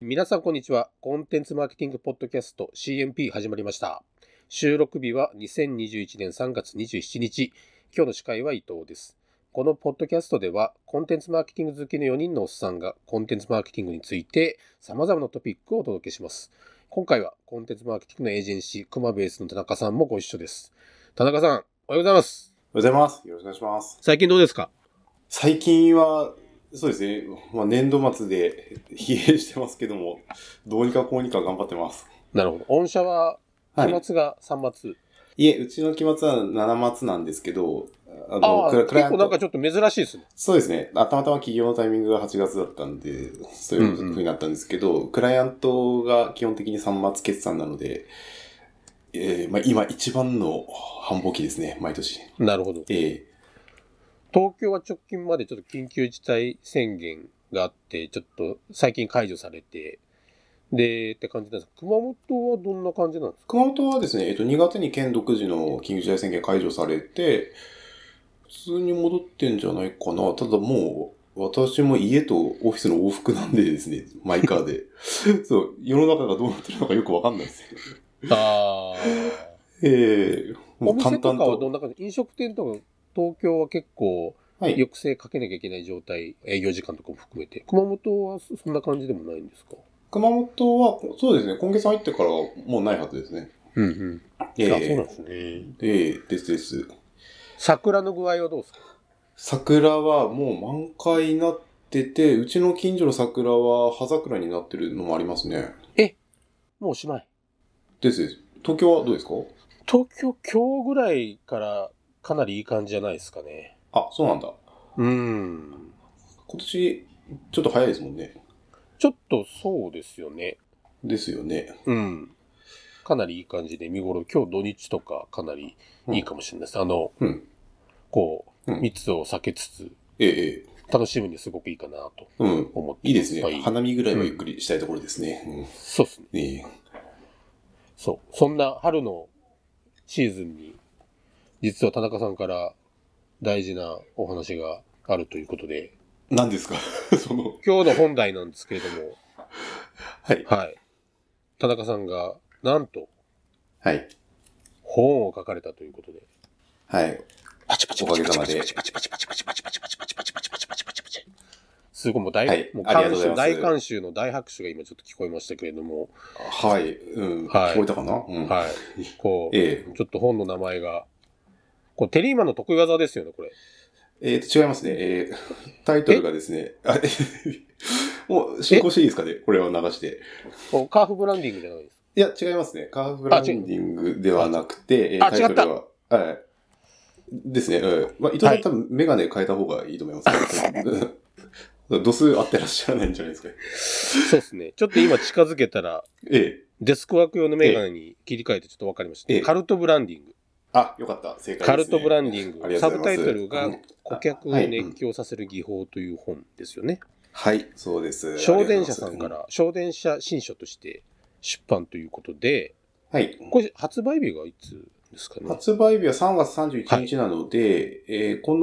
皆さんこんにちは。コンテンツマーケティングポッドキャスト CMP 始まりました。収録日は2021年3月27日。今日の司会は伊藤です。このポッドキャストでは、コンテンツマーケティング好きの4人のおっさんがコンテンツマーケティングについて様々なトピックをお届けします。今回はコンテンツマーケティングのエージェンシー、クマベースの田中さんもご一緒です。田中さん、おはようございます。おはようございます。よろしくお願いします。最近どうですか最近は、そうですね、まあ、年度末で 疲弊してますけども、どうにかこうにか頑張ってます。なるほど。御社は、は期い。末が3末。いえ、うちの期末は7末なんですけど、あの、ああ、クラ結クライアン構なんかト、ちょっと珍しいですね。そうですね、あたまたま起業のタイミングが8月だったんで、そういうふうになったんですけど、クライアントが基本的に3末決算なので、えーまあ、今一番の繁忙期ですね、毎年。なるほど。ええ東京は直近までちょっと緊急事態宣言があって、ちょっと最近解除されて、で、って感じなんです熊本はどんな感じなんですか熊本はですね、えっと、2月に県独自の緊急事態宣言解除されて、普通に戻ってんじゃないかな。ただもう、私も家とオフィスの往復なんでですね、マイカー で。そう、世の中がどうなってるのかよくわかんないですね。あ ええもおう店淡とか々はどと。んな感じ飲食店とか、東京は結構はい。抑制かけなきゃいけない状態、営業時間とかも含めて。熊本はそそんな感じでもないんですか熊本は、そうですね、今月入ってからもうないはずですね。うんうん。ええあ、そうなんですね。ええですです。桜の具合はどうですか桜はもう満開になってて、うちの近所の桜は葉桜になってるのもありますね。もうおしまい。ですです。東京はどうですか東京今日ぐらいからかなりいい感じじゃないですかね。あ、そうなんだ。うん。今年、ちょっと早いですもんね。ちょっとそうですよね。ですよね。うん。かなりいい感じで見頃、今日土日とかかなりいいかもしれないです。あの、うん。こう、うん密を避けつつ、ええ、ええ。楽しむにすごくいいかなとうん。思って。いいですね。はい、花見ぐらいはゆっくりしたいところですね。うん。そうですね。ええ。そう。そんな春のシーズンに、実は田中さんから大事なお話があるということで、何ですか その、今日の本題なんですけれども、はい。はい。田中さんが、なんと、はい。本を書かれたということで。はい。パチパチパチパチパチパチパチパチパチパチパチパチパチパチパチパチパチパチパチパチすごいもう大、はいもうありがとう監ござい修、ます大監修の大拍手が今ちょっと聞こえましたけれども、はい。うん。はい聞こえたかなうん。はい。こう、えちょっと本の名前が、これテリーマンの得意技ですよね、これ。え。えっと、違いますね。えー、タイトルがですね、あもう、進行していいですかねこれを流して。こうカーフブランディングじゃないです。いや、違いますね。カーフブランディングではなくて、えーあ違うタイトルは、はい。ですね。うん。まあ、伊藤さん、はい多分メガネ変えた方がいいと思 います。度数合ってらっしゃらないんじゃないですか。そうですね。ちょっと今近づけたら、ええ。デスクワーク用のメガネに切り替えてちょっとわかりましえた。えカルトブランディング。あ、よかった。正解です、ね。カルトブランディンあグ。りがとサうブござタいイますトルがうん顧客を熱狂させる技法という本ですよね。はい、そうです。商電社さんかあら、商電社新書として出版ということで、りがとうございます。はい。これ発売日がいつですかね。発売日は3月31日なので、えーこ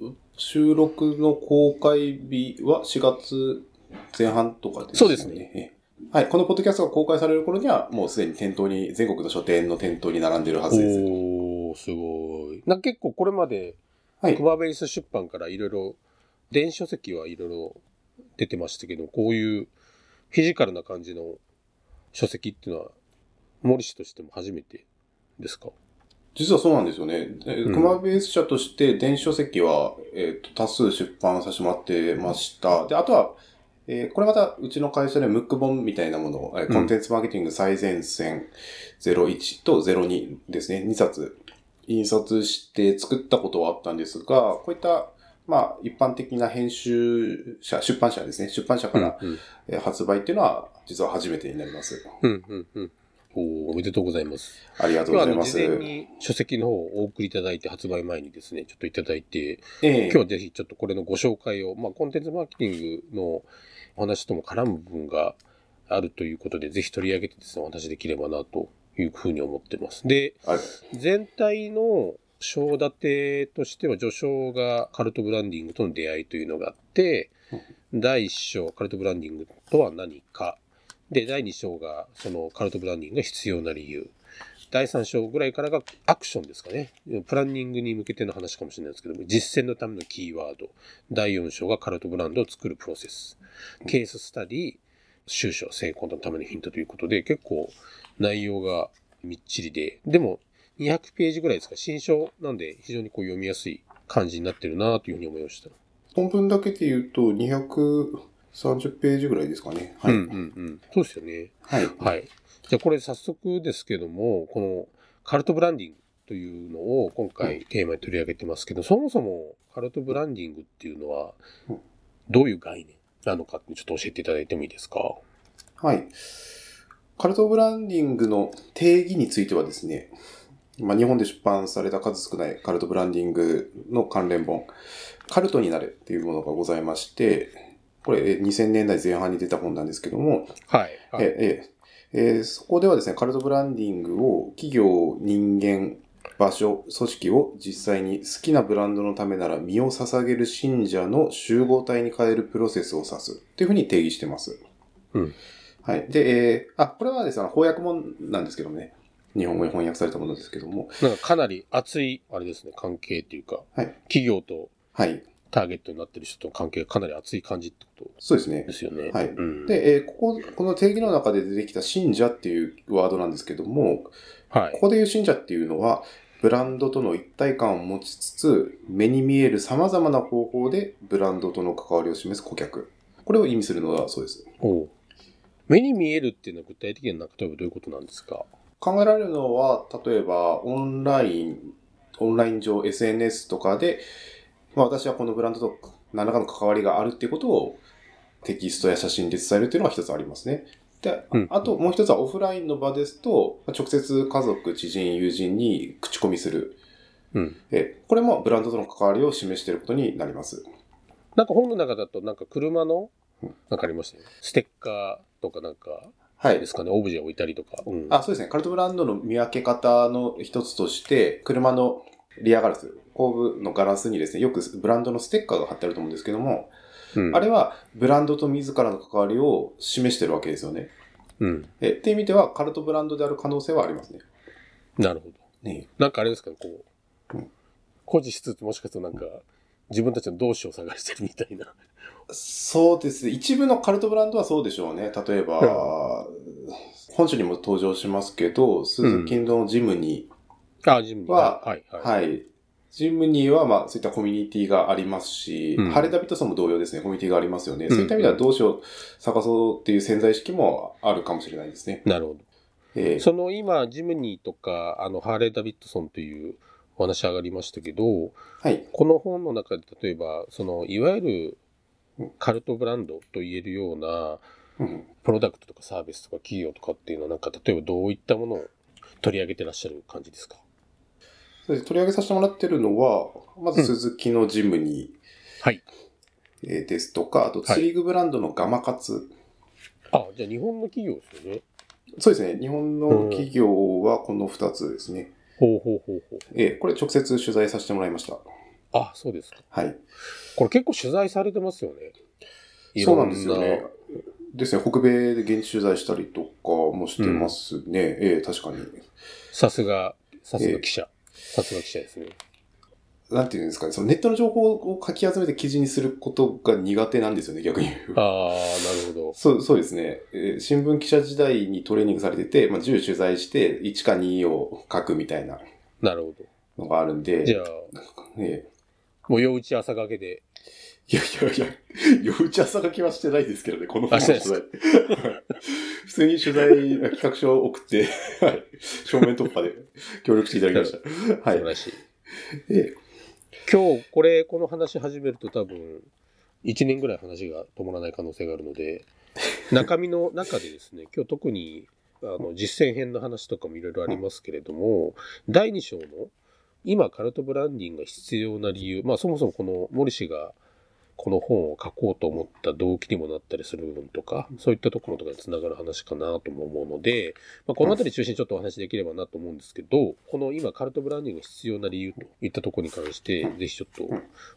の収録の公開日は4月前半とかですね。そうですねえー。はい。このポッドキャストが公開される頃には、もうすでに店頭に、全国の書店の店頭に並んでるはずです。おー、すごい。なんか結構これまで、はいク。マベリス出版からいろいろ、電子書籍はいろいろ出てましたけど、こういうフィジカルな感じの書籍っていうのは、森氏としても初めてですか実はそうなんですよね。えうんー熊ベース社として電子書籍は、えーと多数出版させてもらってました。で、あとは、えーこれまたうちの会社でムック本みたいなものを、えーうんコンテンツマーケティング最前線01と02ですね、2冊印刷して作ったことはあったんですが、こういった、まあ、一般的な編集者、出版社ですね、出版社から、うん、えー発売っていうのは、実は初めてになります。うん、うん、うん。おーおめでとうございます。ありがとう今ご日あざいの事前ます。に書籍の方をお送りいただいて発売前にですね、ちょっといただいて、ええ今日はぜひちょっとこれのご紹介を、まあ、コンテンツマーケティングのお話とも絡む部分があるということで、ぜひ取り上げてですね、お話できればなというふうに思ってます。で、あ全体の章立てとしては、序章がカルトブランディングとの出会いというのがあって、第1章、カルトブランディングとは何かで、第2章が、そのカルトプランニングが必要な理由。第3章ぐらいからがアクションですかね。プランニングに向けての話かもしれないですけども、実践のためのキーワード。第4章がカルトブランドを作るプロセス。ケーススタディ、収書、成功のためのヒントということで、結構内容がみっちりで、でも200ページぐらいですか、新書なんで非常にこう読みやすい感じになってるなというふうに思いました。本文だけで言うと230ページぐらいですかね。はい。うんうんうん。そうですよね。はい。はい。じゃあこれ早速ですけども、このカルトブランディングというのを今回テーマに取り上げてますけど、そもそもカルトブランディングっていうのはうんどういう概念なのかってちょっと教えていただいてもいいですかはい。カルトブランディングの定義についてはですね、まあ、日本で出版された数少ないカルトブランディングの関連本、カルトになるっていうものがございまして、これえ2000年代前半に出た本なんですけども、はい。ええええーそこではですね、カルトブランディングを企業、人間、場所、組織を実際に好きなブランドのためなら身を捧げる信者の集合体に変えるプロセスを指すっていうふうに定義してます。うんはい。で、えーあ、これはですね、あの翻訳もなんですけどもね、日本語に翻訳されたものですけども、なんかかなり熱い、あれですね、関係というか、はい企業とはい。ターゲットになってる人との関係がかなり熱い感じってことそうですねで。すよね。はいうん、で、えーここ、この定義の中で出てきた信者っていうワードなんですけども、はいこ。こでいう信者っていうのは、ブランドとの一体感を持ちつつ、目に見える様々な方法でブランドとの関わりを示す顧客。これを意味するのだそうです。おう目に見えるっていうのは具体的にはなんか例えばどういうことなんですか考えられるのは、例えばオンライン、オンライン上 SNS とかで、まあ私はこのブランドと何らかの関わりがあるっていうことをテキストや写真で伝えるっていうのが一つありますね。で、うんあともう一つはオフラインの場ですと、直接家族、知人、友人に口コミするうん。えーこれもブランドとの関わりを示していることになります。なんか本の中だと、なんか車のうん、なんかありましたね。ステッカーとかなんか、はいで。すかね、オブジェ置いたりとか。うん、あ、そうですね。カルトブランドの見分け方の一つとして、車のリアガラス、後部のガラスにですね、よくブランドのステッカーが貼ってあると思うんですけども、うん、あれはブランドと自らの関わりを示してるわけですよね。うん。えっていう意味では、カルトブランドである可能性はありますね。なるほど。ねなんかあれですかね、こううん、誇示しつつ、もしかするとなんか、自分たちの同志を探してるみたいな。そうです。一部のカルトブランドはそうでしょうね。例えば、本書にも登場しますけど、鈴木のジムにあ、ジムに。ははい、はい。はいはい。ジムニーは、まあ、そういったコミュニティがありますし、うんハレダビットソンも同様ですね、コミュニティがありますよね。んそういった意味では、どうしよう、探そうっていう潜在意識もあるかもしれないですね。なるほえど。ーその今、ジムニーとか、あの、ハーレー・ダビッドソンというお話上がりましたけど、はい。この本の中で例えば、その、いわゆるカルトブランドと言えるような、うんプロダクトとかサービスとか企業とかっていうのは、なんか例えばどういったものを取り上げてらっしゃる感じですかそれで取り上げさせてもらってるのは、まず鈴木のジムニはい。ーえーですとか、あとツリーグブランドのガマカツ。あ、じゃあ日本の企業ですよね。そうですね、日本の企業はこの2つですね。ほうほうほうほう。えーこれ直接取材させてもらいました。あ、そうですか。はい。これ結構取材されてますよね。いそろうなんですよね。ですね、北米で現地取材したりとかもしてますね。ええ確かに。さすが、さすが記者。さすが記者ですね。なんていうんですかね、そのネットの情報を書き集めて記事にすることが苦手なんですよね、逆に 言う。ああ、なるほど。そうそうですね、えー新聞記者時代にトレーニングされてて、まあ、10取材して1か2を書くみたいななるほど。のがあるんで。じゃあ、えもう夜打ち朝掛けで。えいやいやいや、夜打ち朝書きはしてないですけどね、このあ本しのてな取いです材。 普通に取材、企画書を送って、はい正面突破で協力していただきま した。は素い晴。らしい。え今日、これ、この話始めると多分、1年ぐらい話が止まらない可能性があるので、 中身の中でですね、今日特にあの実践編の話とかもいろいろありますけれども、第2章の今、カルトブランディングが必要な理由、まあそもそもこの森氏がこの本を書こうと思った動機にもなったりする部分とか、そういったところとかにつながる話かなとも思うので、まあ、この辺り中心にちょっとお話しできればなと思うんですけど、この今、カルトブランディングが必要な理由といったところに関して、ぜひちょっと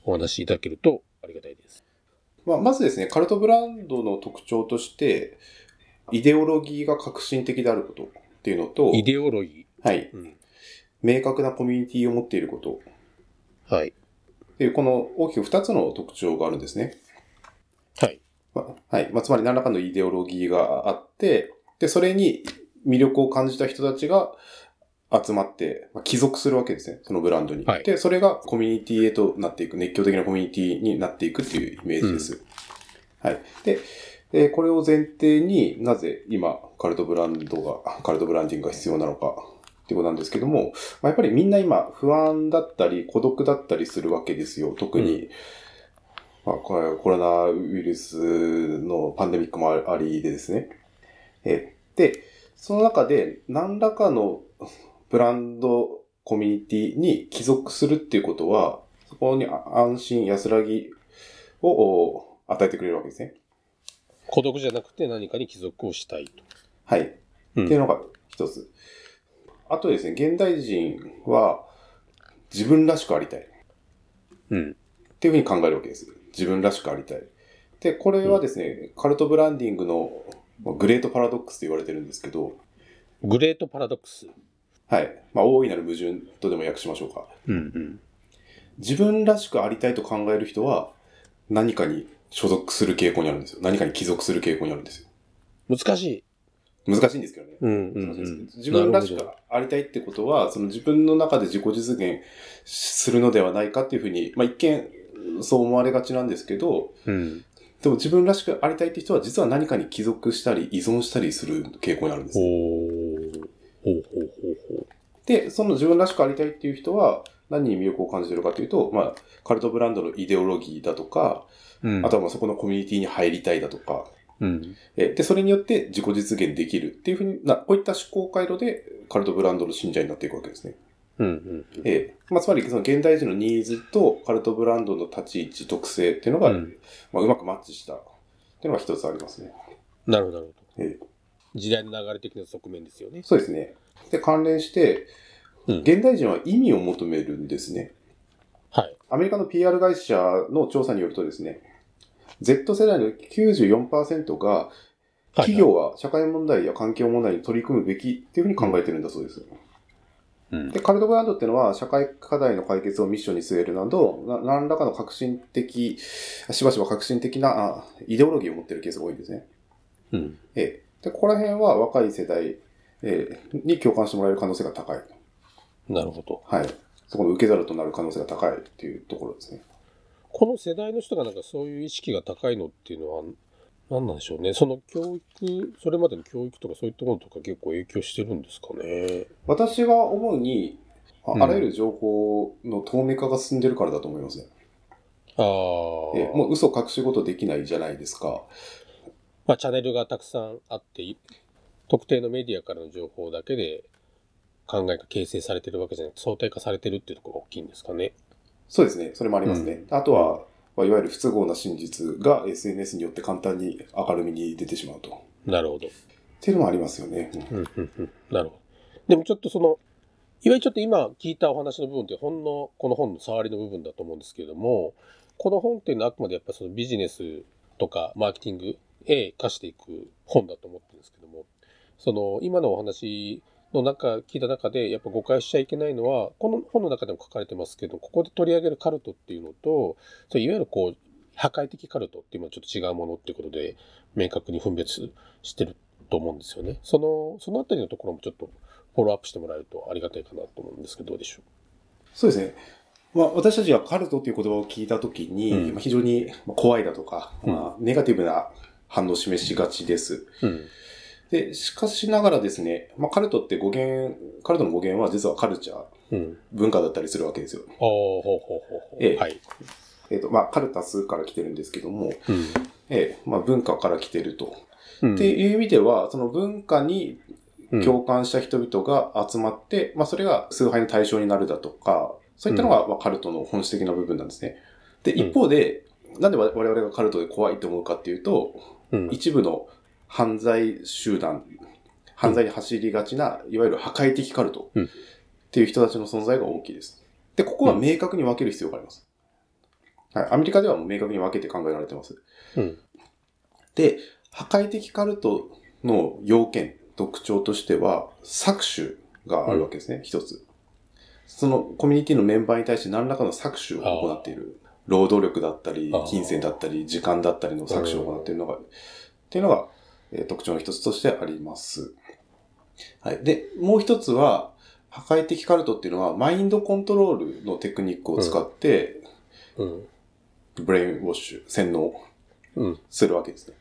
お話しいただけるとありがたいです。まあ、まずですね、カルトブランドの特徴として、イデオロギーが革新的であることっていうのと、イデオロギはい、ー。うん。明確なコミュニティを持っていることはい。っていう、この大きく2つの特徴があるんですね。はい。まはい。まあ、つまり何らかのイデオロギーがあって、で、それに魅力を感じた人たちが集まって、まあ、帰属するわけですね。そのブランドに。はいで、それがコミュニティへとなっていく、熱狂的なコミュニティになっていくっていうイメージです。はい。で、えーこれを前提になぜ今、カルトブランドが、カルトブランディングが必要なのかっていうことなんですけども、まあ、やっぱりみんな今不安だったり孤独だったりするわけですよ。特に、まあ、これコロナウイルスのパンデミックもあありでですね。えーで、その中で何らかのブランドコミュニティに帰属するっていうことは、そこにあ安心安らぎをお与えてくれるわけですね。孤独じゃなくて何かに帰属をしたいと。はい。っうんていうのが一つ。あとですね、現代人は自分らしくありたい。うん。っていうふうに考えるわけです。自分らしくありたい。で、これはですね、カルトブランディングのまあグレートパラドックスと言われてるんですけど、グレートパラドックス。はい。まあ、大いなる矛盾とでも訳しましょうか。うんうん。自分らしくありたいと考える人は、何かに所属する傾向にあるんですよ。何かに帰属する傾向にあるんですよ。難しい。難しいんですけどね。うんうん、難しいうんで。すけど自分らしなくるほありたいってことは、その自分の中で自己実現するのではないかっていうふうに、まあ、一見、そう思われがちなんですけど、ど。うん。でも自分らしくありたいって人は実は何かに帰属したり依存したりする傾向にあるんですおね。ーほうほうほうほう。で、その自分らしくありたいっていう人は何に魅力を感じてるかというと、まあ、カルトブランドのイデオロギーだとか、うんあとはまあそこのコミュニティに入りたいだとか、うん。えで、それによって自己実現できるっていうふうにな、こういった思考回路でカルトブランドの信者になっていくわけですね。うんうんうん。えまあ、つまりその現代人のニーズとカルトブランドの立ち位置、特性っていうのが、うんまあ、うまくマッチしたっていうのが一つありますね。なるほど、なるほええど。時代の流れ的な側面ですよね。そうですね。で、関連して、うん現代人は意味を求めるんですね。はい。アメリカの PR 会社の調査によるとですね、Z 世代の94%が、企業は社会問題や環境問題に取り組むべきっていうふうに考えてるんだそうです。うんで、カルトブランドっていうのは、社会課題の解決をミッションに据えるなど、な何らかの革新的、しばしば革新的なあイデオロギーを持ってるケースが多いんですね。うん。ええ、でここら辺は若い世代、ええに共感してもらえる可能性が高い。なるほど。はい。そこの受け皿となる可能性が高いっていうところですね。この世代の人がなんかそういう意識が高いのっていうのは、何なんでしょうね。その教育、それまでの教育とかそういったものとか結構影響してるんですかね。私が思うに、あうんあらゆる情報の透明化が進んでるからだと思いますね。ああ。ええもう嘘隠し事できないじゃないですか。まあ、チャンネルがたくさんあって、い特定のメディアからの情報だけで考えが形成されてるわけじゃなくて、相対化されてるっていうところが大きいんですかね。そうですね。それもありますね。あとは、まあいわゆる不都合な真実が SNS によって簡単に明るみに出てしまうと。っなるほど。ていうのもありますよね。うんうんうんうんなるほど。でもちょっとその、いわゆるちょっと今聞いたお話の部分ってほんのこの本の触りの部分だと思うんですけれども、この本っていうのはあくまでやっぱそのビジネスとかマーケティングへ活かしていく本だと思ってるんですけども、その今のお話の中、聞いた中でやっぱ誤解しちゃいけないのは、この本の中でも書かれてますけど、ここで取り上げるカルトっていうのと、それいわゆるこう、破壊的カルトっていうのはちょっと違うものっていうことで、明確に分別してると思うんですよね。その、そのあたりのところもちょっとフォローアップしてもらえるとありがたいかなと思うんですけど、どうでしょそうですね。まあ、私たちがカルトという言葉を聞いたときに、うんまあ非常にまあ怖いだとか、うんまあネガティブな反応を示しがちです。う。うん。で、しかしながらですね、まあ、カルトって語源、カルトの語源は実はカルチャー、うん。文化だったりするわけですよ。ああ、ほうほうほうほう。ええはい。えっ、と、まあ、カルタスから来てるんですけども、うん。ええ、まあ、文化から来てると。うんっていう意味では、その文化に共感した人々が集まって、まあ、それが崇拝の対象になるだとか、そういったのが、まあ、カルトの本質的な部分なんですね。で、うん一方で、なんで我々がカルトで怖いと思うかっていうと、うん。一部の犯罪集団、犯罪に走りがちな、いわゆる破壊的カルトうんっていう人たちの存在が大きいです。で、ここは明確に分ける必要があります。はい、アメリカではもう明確に分けて考えられてます。うん。で、破壊的カルトの要件、特徴としては、搾取があるわけですね、一つ。そのコミュニティのメンバーに対して何らかの搾取を行っている。労働力だったりあー、金銭だったり、時間だったりの搾取を行っているのが、っていうのが、えー特徴の一つとしてあります。はい。で、もう一つは、破壊的カルトっていうのは、マインドコントロールのテクニックを使って、うん。ブレインウォッシュ、洗脳うん。するわけですね。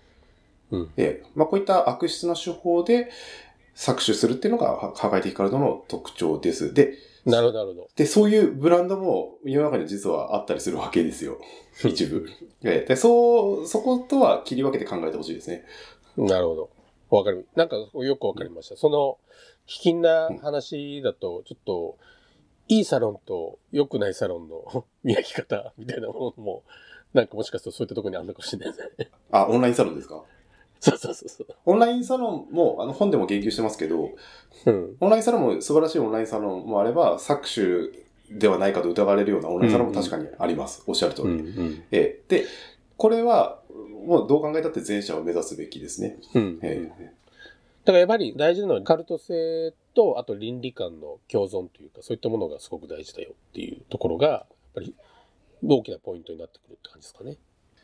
うん。で、まあ、こういった悪質な手法で搾取するっていうのがは破壊的カルトの特徴です。で、なるほど、なるほど。で、そういうブランドも世の中に実はあったりするわけで すよ。一部。で、でそう、そことは切り分けて考えてほしいですね。なるほど。わかる。なんかよくわかりました。その、危険な話だと、ちょっと、いいサロンと良くないサロンの 見分け方みたいなものも、なんかもしかするとそういったところにあるのかもしれないですね。あ、オンラインサロンですかそうそうそうそオンラインサロンも、あの、本でも言及してますけど、う。うん。オンラインサロンも素晴らしいオンラインサロンもあれば、搾取ではないかと疑われるようなオンラインサロンも確かにあります。おっしゃる通り。うん。うん。ええで、これは、もうどう考えたって前者を目指すべきですね。うん。ええだからやっぱり大事なのはカルト性とあと倫理観の共存というかそういったものがすごく大事だよっていうところがやっぱり大きなポイントになってくるって感じですかね。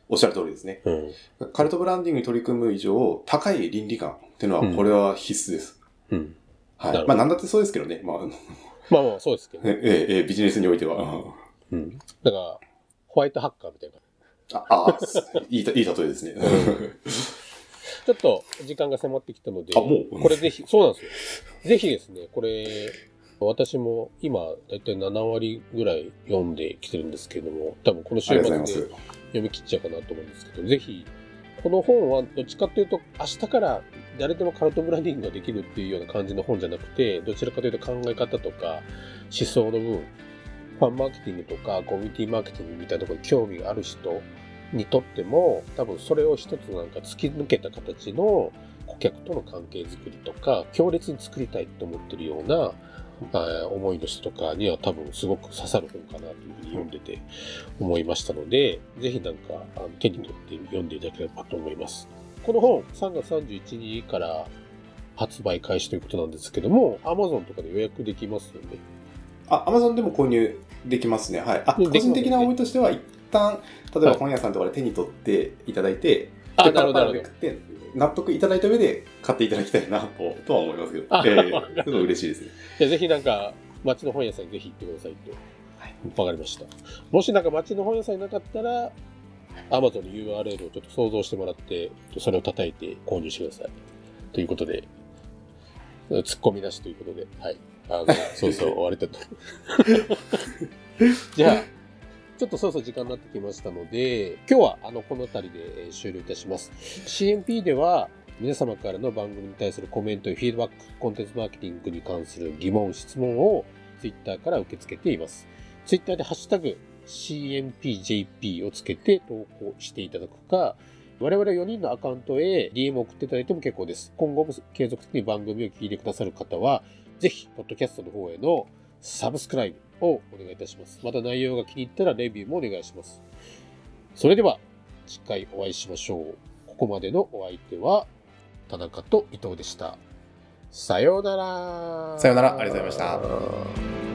おっしゃる通りですね。うん。カルトブランディングに取り組む以上、高い倫理観っていうのうは、んこれは必須です。うん。はなるい。ほどまあ、なんだってそうですけどね。まあ、あのまあまあそうですけどね。ええええビジネスにおいては。うん。だからホワイトハッカーみたいな。ああ、いいた、いい例えですね。ちょっと時間が迫ってきたので、 あ、もうこれぜひ、そうなんですよ。ぜひですね、これ、私も今、だいたい7割ぐらい読んできてるんですけれども、多分このあ週りがと末うでござ読いまみ切っちゃうかなと思うんですけど、ぜひ、この本はどっちかというと、明日から誰でもカルトブランディングができるっていうような感じの本じゃなくて、どちらかというと考え方とか思想の部分、ファンマーケティングとかコミュニティマーケティングみたいなところに興味がある人にとっても多分それを一つなんか突き抜けた形の顧客との関係づくりとか強烈に作りたいと思ってるような、えー思いの人とかには多分すごく刺さる本かなというふうに読んでて思いましたのでぜひなんかあの手に取って読んでいただければと思います。この本3月31日から発売開始ということなんですけども Amazon とかで予約できますよね。す。あ、アマゾンでも購入できますね。はい。あ、う個んできます人的な思いとしては、一旦、例えばはい本屋さんとかで手に取っていただいて、あ、でなるほど、なパラパラるめほくって納得いただいた上で買っていただきたいなととは思いますけどあ、えわかえすごい嬉しいですね。ど。ぜひなんか、町の本屋さんにぜひ行ってくださいと。はいわかりました。もしなんか町の本屋さんになかったら、Amazon の URL をちょっと想像してもらって、それを叩いて購入してください。ということで、ツッコミなしということで、はい。あの、そうそう、終わりたいと。 じゃあ、ちょっとそうそう時間になってきましたので、今日はあの、この辺りでえー終了いたします。CMP では、皆様からの番組に対するコメントやフィードバック、コンテンツマーケティングに関する疑問、質問を Twitter から受け付けています。Twitter でハッシュタグ CMPJP をつけて投稿していただくか、我々4人のアカウントへ DM を送っていただいても結構です。今後も継続的に番組を聞いてくださる方は、ぜひ、ポッドキャストの方へのサブスクライブをお願いいたします。また内容が気に入ったらレビューもお願いします。それでは、次回お会いしましょう。ここまでのお相手は、田中と伊藤でした。さようなら。。さようならありがとうございました